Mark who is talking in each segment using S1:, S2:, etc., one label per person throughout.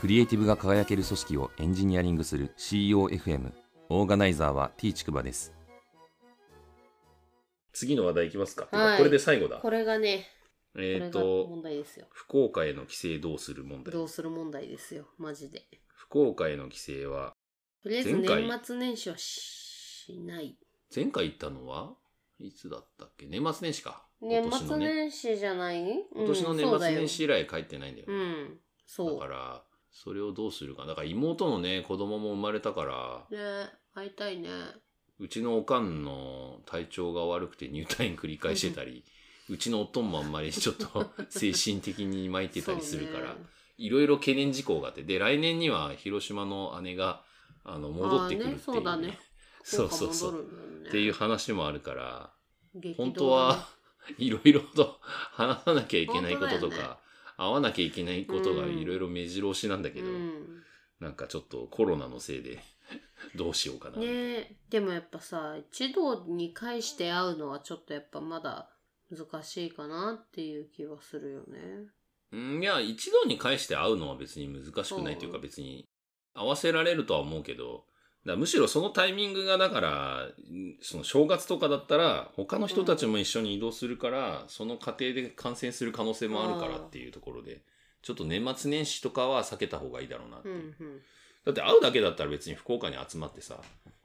S1: クリエイティブが輝ける組織をエンジニアリングする COFM オーガナイザーは T ちくばです次の話題いきますか、てか
S2: はい
S1: これで最後だ
S2: これがね、こ
S1: え
S2: れ
S1: っ、
S2: が問
S1: と
S2: 題ですよ。
S1: 福岡への規制どうする問題
S2: どうする問題ですよ、マジで。
S1: 福岡への規制は
S2: とりあえず
S1: 前回
S2: 年末年始はしない。
S1: 前回行ったのはいつだったっけ年末年始か
S2: 年
S1: 今年の
S2: 末
S1: ね
S2: 年始じゃない
S1: 今年の年末年始
S2: う
S1: 以来帰ってないんだよ,、
S2: んそうだよ。うん、
S1: だか
S2: そ
S1: らそれをどうするかだから妹のね子供も生まれたから
S2: う。ね会いたいね。
S1: うちのおかんの体調が悪くて入退院繰り返してたり、うちのおとんもあんまりちょっ と精神的に巻いてたりするから、いろいろ懸念事項があって、で、来年には広島の姉が、あの、戻ってくるっていう、
S2: そうだね。
S1: そ
S2: そう
S1: そ
S2: う
S1: そ
S2: そううそうう。
S1: っていう話もあるから、
S2: 激動だね
S1: 本当は、いろいろと話さなきゃいけないことと
S2: 本
S1: か、
S2: 当だよね
S1: 会わなきゃいけないことが
S2: うん
S1: いろいろ目白押しなんだけど、
S2: うん
S1: なんかちょっとコロナのせいでどうしようかな。
S2: ねえでもやっぱさ一度に返して会うのはちょっとやっぱまだ難しいかなっていう気はするよね。
S1: うん、いや、一度に返して会うのは別に難しくないというか、
S2: うん
S1: 別に合わせられるとは思うけど、だからむしろそのタイミングが、だから、うんその正月とかだったら、他の人たちも一緒に移動するから、その過程で感染する可能性もあるからっていうところで、ちょっと年末年始とかは避けた方がいいだろうなって
S2: う
S1: い
S2: ん
S1: う。
S2: うん
S1: だって会うだけだったら別に福岡に集まってさ、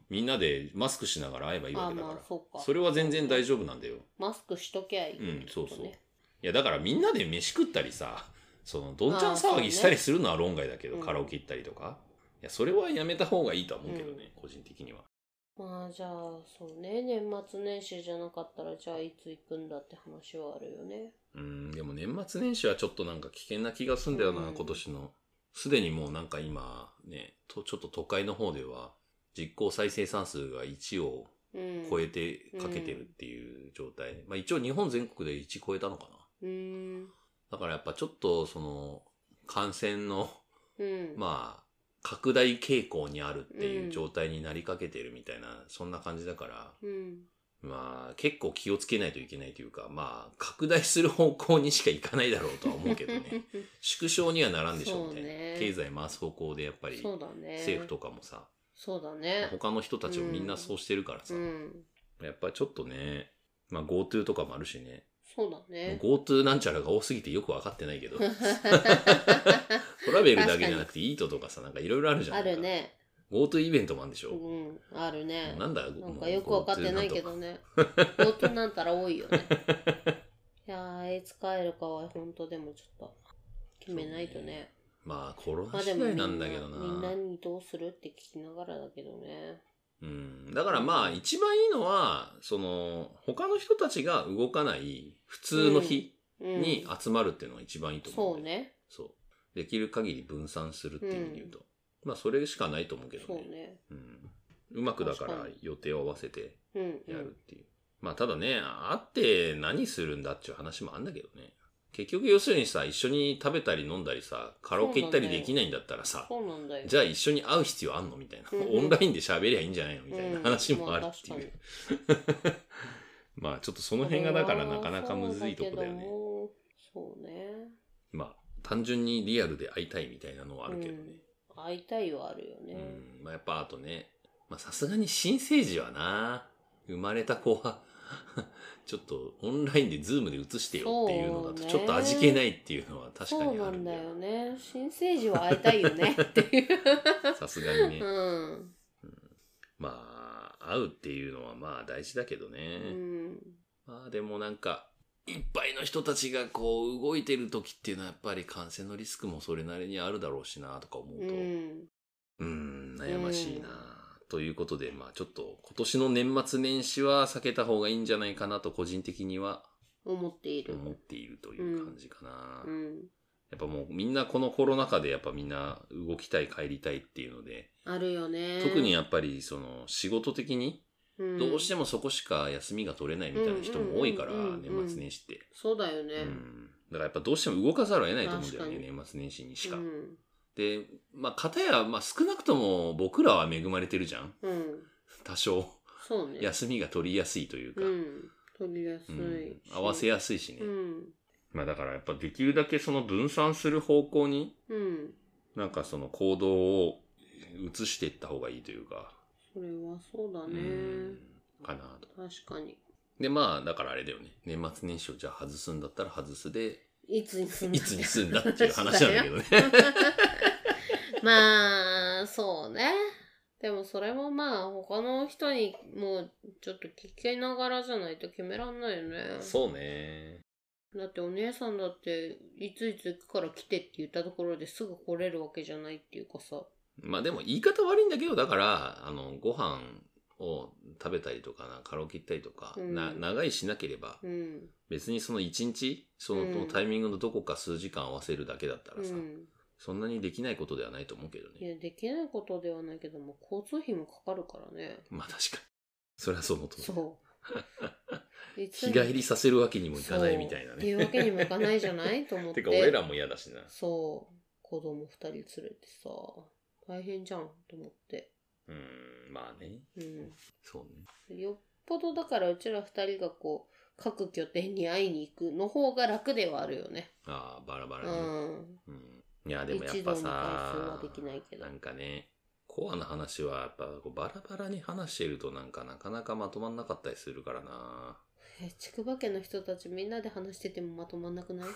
S1: みんなでマスクしながら会えばいいわ
S2: あ
S1: けだか
S2: まあ
S1: ら。
S2: そうか
S1: それは全然大丈夫なんだよ。
S2: マスクしときゃいい、
S1: うんそうそう
S2: とね
S1: いやだからみんなで飯食ったりさそのどんちゃん
S2: あーそう
S1: 騒ぎ
S2: ね
S1: したりするのは論外だけど、
S2: うん
S1: カラオケ行ったりとかいやそれはやめた方がいいとは思うけどね、個人的には
S2: まあじゃあそうね年末年始じゃなかったらじゃあいつ行くんだって話はあるよね
S1: うんでも年末年始はちょっとなんか危険な気がすんだよな、
S2: うん
S1: 今年のすでにもうなんか今ねとちょっと都会の方では実効再生産数が1を
S2: うん
S1: 超えてかけてるっていう状態、まあ一応日本全国で1超えたのかな
S2: うーん
S1: だからやっぱちょっとその感染の
S2: うん
S1: まあ、拡大傾向にあるっていう状態になりかけてるみたいな、そんな感じだから、
S2: うん
S1: まあ、結構気をつけないといけないというか、まあ、拡大する方向にしかいかないだろうとは思う けどね。縮小にはならんでしょうみたいな。
S2: そうね
S1: 経済回す方向でやっぱり、
S2: そうだね
S1: 政府とかもさ、
S2: そうだね
S1: 他の人たちもみんなそうしてるからさ、
S2: うん
S1: やっぱりちょっとね、まあ GoTo とかもあるしね、
S2: そうだね
S1: GoTo なんちゃらが多すぎてよくわかってない けど、トラベルだけじゃなくてイートとかさ、なんかいろいろあるじゃな
S2: あ
S1: いか。
S2: るね
S1: GoTo イベントもあるんでしょ、
S2: うんあるね
S1: なんだ
S2: なんかよくわかってないけ
S1: も
S2: ど
S1: う
S2: ね。本当なんたら多い よね。いやー、いつ帰るかは本当でもちょっと決めないとね。
S1: まあコロ
S2: ま
S1: ナ
S2: あで
S1: 次
S2: も
S1: 第
S2: みんな
S1: なんだけどな,、
S2: みんなにどうするって聞きながらだけどね。
S1: うん、だからまあ一番いいのはその他の人たちが動かない普通の日
S2: うん、
S1: に集まるっていうのが一番いいと思う、
S2: そうね。
S1: そうできる限り分散するっていう意味で言うと、まあそれしかないと思うけど
S2: そう
S1: ね
S2: ね。
S1: うん、うまくだから
S2: 確か
S1: 予定を合わせて
S2: うん、う
S1: やるっ
S2: ん。
S1: ていう。まあただね、会って何するんだっていう話もあんだけどね。結局要するにさ、一緒に食べたり飲んだりさ、カラオケ行ったりできないんだったらさ、
S2: そうなんだよ。
S1: じゃあ一緒に会う必要あんのみたいな。
S2: うん
S1: オンラインで喋りゃいいんじゃないのみたいな
S2: うん
S1: 話もあるっていう。 まあちょっとその辺がだからなかなかむずいとこだよね。
S2: そうだけども。そうね。
S1: まあ単純にリアルで会いたいみたいなのはあるけどね。
S2: うん会いたいはあるよ
S1: う
S2: ね。
S1: ん。まあやっぱあとね、まあさすがに新生児はな、生まれた子は、 ちょっとオンラインでズームで映してよっていうのだと
S2: そうね
S1: ちょっと味気ないっていうのは確か
S2: そう
S1: に
S2: な
S1: ある
S2: ん
S1: ん
S2: だ
S1: だよ
S2: よね。新生児は会いたいよ ねっていう。
S1: さすがにね、
S2: うん。
S1: まあ会うっていうのはまあ大事だけどね、
S2: うん
S1: まあでもなんかいっぱいの人たちがこう動いてる時っていうのはやっぱり感染のリスクもそれなりにあるだろうしなとか思う
S2: う
S1: とうんん
S2: ん。
S1: 悩ましいなということでまあちょっと今年の年末年始は避けた方がいいんじゃないかなと個人的には
S2: 思っている。
S1: 思っているという感じかな、
S2: うん。
S1: やっぱもうみんなこのコロナ禍でやっぱみんな動きたい帰りたいっていうので、
S2: あるよね。
S1: 特にやっぱりその仕事的に
S2: うん
S1: どうしてもそこしか休みが取れないみたいな人も多いから
S2: うんうんうんうん
S1: 年
S2: うん
S1: 末年始って、
S2: そうだよね。
S1: うん、だからやっぱどうしても動かざるを得ないと思うんだよね
S2: 確か
S1: 年末年始にしか、
S2: うん。
S1: でまあ片や、まあ、少なくとも僕らは恵まれてるじゃん
S2: うん。
S1: 多少
S2: そうね。
S1: 休みが取りやすいというか、
S2: うん。取りやす
S1: うん
S2: い。
S1: 合わせ
S2: や
S1: やすいしね、
S2: うん。
S1: まあだからやっぱできるだけその分散する方向に
S2: うん。
S1: なんかその行動を移していった方がいいというか、
S2: それはそうだ
S1: う
S2: ね。
S1: ん、かなと。
S2: 確かに。
S1: で、まあ、だからあれだよね。年末年始をじゃあ外すんだったら外すで、
S2: いつに住んだ
S1: いつに住んだっていう話なんだけどね。
S2: まあ、そうね。でもそれもまあ、他の人にもうちょっと聞きながらじゃないと決めらんないよね。
S1: そうね。
S2: だってお姉さんだって、いついつ行くから来てって言ったところですぐ来れるわけじゃないっていうかさ。
S1: まあでも言い方悪いんだけど、だから、あの、ご飯を食べたりとかな、カラオケ行ったりとか、
S2: うん
S1: な長いしなければ、
S2: うん。
S1: 別にその一日、その,、
S2: うん
S1: タイミングのどこか数時間合わせるだけだった
S2: う
S1: らさ、
S2: ん。
S1: そんなにできないことではないと思うけど
S2: い
S1: ね。
S2: や、できないことではないけども、交通費もかかるからね。
S1: まあ確かに。それはそのとおり。
S2: そう。い
S1: 日帰りさせるわけにもいかないみたいな
S2: そうってい
S1: ね。
S2: うわけにもいかないじゃないと思って。
S1: てか俺らも嫌だしな。
S2: そう。子供二人連れてさ、大変じゃんと思って。
S1: うん、まあね。
S2: う
S1: そうね。
S2: ん。よっぽどだからうちら二人がこう、各拠点に会いに行くの方が楽ではあるよね。
S1: ああ、バラバ
S2: う
S1: ラね。
S2: ん。
S1: うん。いや、でもやっぱ
S2: 一度の回数
S1: さ
S2: は、できないけど
S1: んかね、コアな話はやっぱこうバラバラに話してるとなんかなかなかまとまんなかったりするからな。
S2: え、筑波家の人たちみんなで話しててもまとまんな くない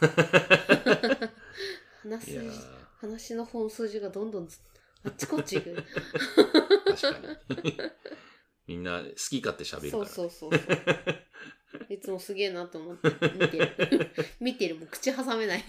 S2: 話
S1: いや
S2: す
S1: ー、
S2: 話の本数字がどんどんずあっちこっち行く。
S1: 確かに。 みんな好き勝手喋るから
S2: そう
S1: ね。
S2: そうそうそう。いつもすげえなと思って見 てる。見てるもう口挟めない。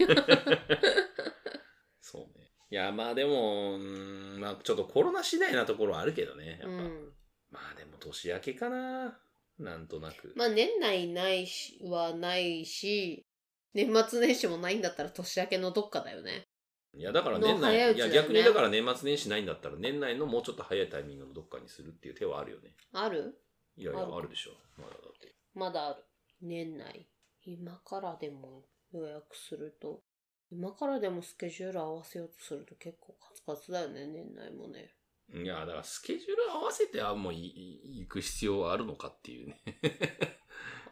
S1: そうね。いや、まあでも、うーん、まあちょっとコロナ次第なところはあるけどね。やっ
S2: う
S1: ぱ。
S2: ん。
S1: まあでも年明けかな。なんとなく。
S2: まあ年内ないしはないし、年末年始もないんだったら年明けのどっかだよね。
S1: いや、だから
S2: の
S1: 年内、
S2: 早いう
S1: い
S2: ちだ
S1: や、
S2: ね
S1: 逆にだから年末年始ないんだったら年内のもうちょっと早いタイミングのどっかにするっていう手はあるよね。
S2: ある
S1: いやいや、
S2: ある
S1: あるでしょ。まだだって。
S2: まだある。年内。今からでも予約すると、今からでもスケジュール合わせようとすると結構カツカツだよね、年内もね。
S1: いや、だからスケジュール合わせて、あ、もういい行く必要はあるのかっていうね。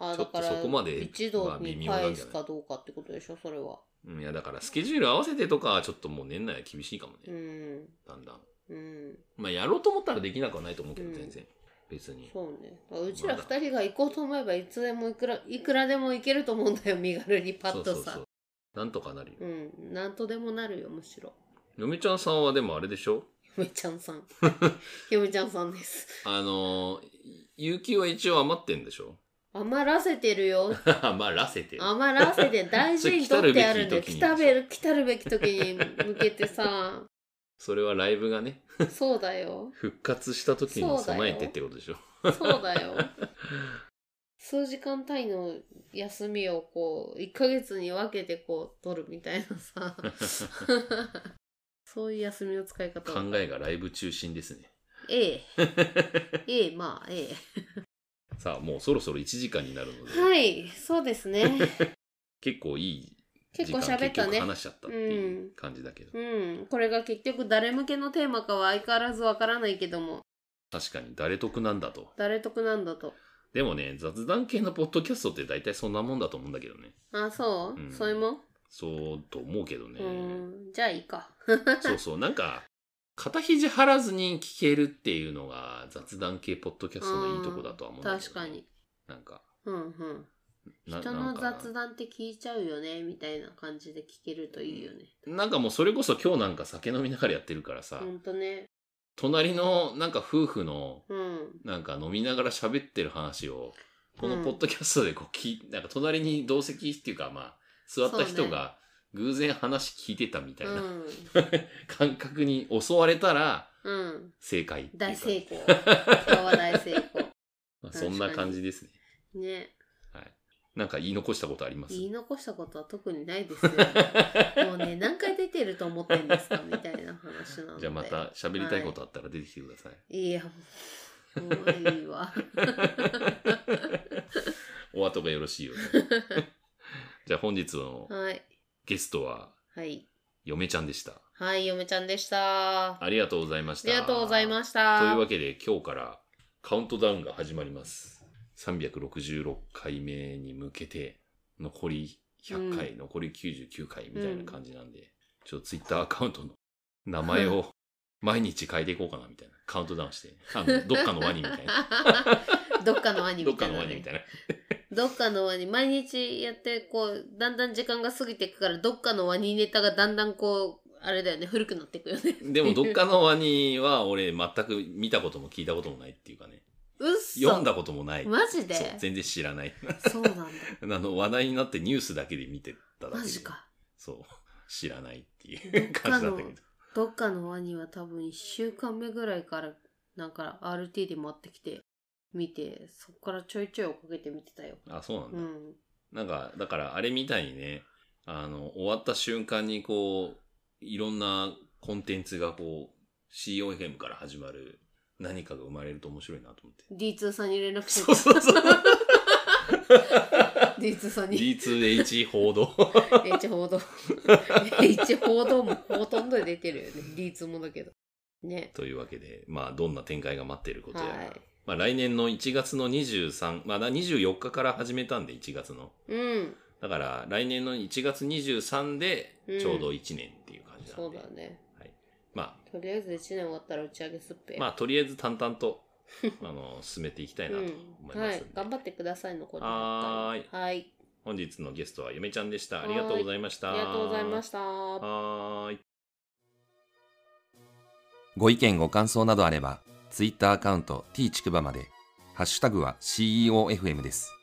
S2: あ
S1: ちょ
S2: だ
S1: っと
S2: から、
S1: そこまで
S2: 一
S1: まあ
S2: 度
S1: 微
S2: に
S1: 妙なんじゃない
S2: 返すかどうかってことでしょ、それは。
S1: うんいや、だからスケジュール合わせてとかはちょっともう年内は厳しいかも
S2: う
S1: ね。
S2: ん。
S1: だんだん。
S2: うん。
S1: まあやろうと思ったらできなくはないと思うけ
S2: う
S1: ど、
S2: ん
S1: 全然。別に。
S2: そうね。あうちら
S1: まだ
S2: 二人が行こうと思えばいつでもいくら、いくらでも行けると思うんだよ、身軽にパッとさ。
S1: そうそうそう。なんとかなるよ。
S2: うん、なんとでもなるよ、むしろ。
S1: 嫁ちゃんさんはでもあれでしょ
S2: ゆめちゃ んさん。ゆめちゃんさんです。
S1: あのー、有給は一応余ってんでしょ
S2: 余らせてるよ。
S1: まあ、らせてる。
S2: 余らせ て大事に取ってあるんだよ。
S1: それ
S2: 来
S1: 来た
S2: た
S1: べ
S2: べる、来たるべき時に向けてさ。
S1: それはライブがね、
S2: そうだよ。
S1: 復活した時に
S2: そうだ
S1: 備え
S2: よ
S1: てってことでしょ。
S2: そうだよ。数時間単位の休みをこう、1ヶ月に分けてこう、取るみたい なさ。そういう休みの使い方
S1: 考えがライブ中心ですね。
S2: ええ。ええ、まあ、ええ。
S1: さあ、もうそろそろ1時間になるので、
S2: はい、そうですね。
S1: 結構いい
S2: 結
S1: 時
S2: 構
S1: 間
S2: 喋った
S1: 結局
S2: ね。
S1: 話しちゃったっていう感じだけど、
S2: うん、これが結局誰向けのテーマかは相変わらずわからないけども、
S1: 確かに誰得なんだと。
S2: 誰得なんだと。
S1: でもね、雑談系のポッドキャストって大体そんなもんだと思うんだけどね。
S2: あ、そう、
S1: うん
S2: それもん、
S1: そうと思うけどね。
S2: うん、じゃあいいか。
S1: そうそう、なんか、肩肘張らずに聞けるっていうのが雑談系ポッドキャストのいいとこだとは思うんだけ
S2: 確
S1: ど、
S2: か
S1: ね。
S2: に。。
S1: なんか、
S2: うんうん。
S1: な
S2: 人
S1: な
S2: の
S1: んか
S2: 雑談って聞いちゃうよね、みたいな感じで聞けるといいよね。
S1: なんかもうそれこそ今日なんか酒飲みながらやってるからさ、
S2: ほんとね。
S1: 隣のなんか夫婦の
S2: うん。
S1: なんか飲みながら喋ってる話を、このポッドキャストでこう聞い、なんか隣に同席っていうかまあ、座った人が偶然話聞いてたみたいうな
S2: ん。
S1: 感覚に襲われたら
S2: うん。
S1: 正解っていうか
S2: 大成功。今日は大成 功。
S1: まあ、そんな感じですね。
S2: ね。
S1: はい。なんか言い残したことあります
S2: 言い残したことは特にな いですよ。もうね、何回出てると思ってんですかみたいな話なので。
S1: じゃあまた喋りたいことあったら出てきてください。
S2: いや、もう、もうい いわ。
S1: お後がよろしいよう にじゃあ本日の
S2: はい。
S1: ゲストは
S2: はい。
S1: 嫁ちゃんでした。
S2: はい、嫁ちゃんでした。あ
S1: ありがとうございました。
S2: りがとうございまし
S1: とい
S2: た。
S1: うわけで今日からカウントダウンが始まります。366回目に向けて残り100回、残り99回みたいな感じなんで、ちょっとツイッターアカウントの名前 を毎日変えていこうかなみたいな。カウントダウンして。あの、どっかのワニみたい な。
S2: どっかのワニ
S1: どっ
S2: みた
S1: か
S2: い
S1: の
S2: な
S1: ワニみ
S2: ね
S1: たいな。
S2: どっかのワニ毎日やってこうだんだん時間が過ぎていくからどっかのワニネタがだんだんこうあれだよね古くなっていくよね
S1: でも、どっかのワニは俺全く見たことも聞いたこともないっていうかね。
S2: うっそ
S1: 読んだこともない。
S2: マジで
S1: そう全然知らない。
S2: そうなんだ
S1: あの、話題になってニュースだけで見てただけで。
S2: マジか
S1: そう。知らないって
S2: ど
S1: い
S2: っ
S1: う
S2: か
S1: 感
S2: の
S1: じだったけど。
S2: どっかのワニは多分1週間目ぐらいからなんか RT で回ってきて見てそこからちょいちょい追っかけて見てたよ
S1: あ、そうなんだ。
S2: うん
S1: なんか、だからあれみたいにね、あの、終わった瞬間にこう、いろんなコンテンツがこう、COFM から始まる何かが生まれると面白いなと 思って。
S2: D2 さんに連絡し
S1: そ
S2: て
S1: うそうそう。
S2: D2 さんに
S1: D2H 報道。
S2: H 報道 H 報道もほとんど出てるよね D2 もだけどね
S1: というわけで、まあ、どんな展開が待っていることやら、
S2: はい
S1: まあ、来年の1月の23、まあ、な24日から始めたんで、1月の。
S2: うん
S1: だから、来年の1月23で、ちょうど1年っていう感じな
S2: そ
S1: ん
S2: う
S1: で。
S2: だね
S1: まあ、
S2: とりあえず1年終わったら打ち上げすっぺ
S1: まあ、とりあえず淡々と、 あの、進めていきたいうなと
S2: ん
S1: 思い
S2: は
S1: ます
S2: い
S1: んで、
S2: 頑張ってくださいのこれ
S1: はーい
S2: はい
S1: 本日のゲストはゆめちゃんでした。ありがとうございました。
S2: ありがとうございました
S1: はーい。
S3: ご意見ご感想などあれば、ツイッターアカウント t ちくばまで、ハッシュタグは CEOFM です。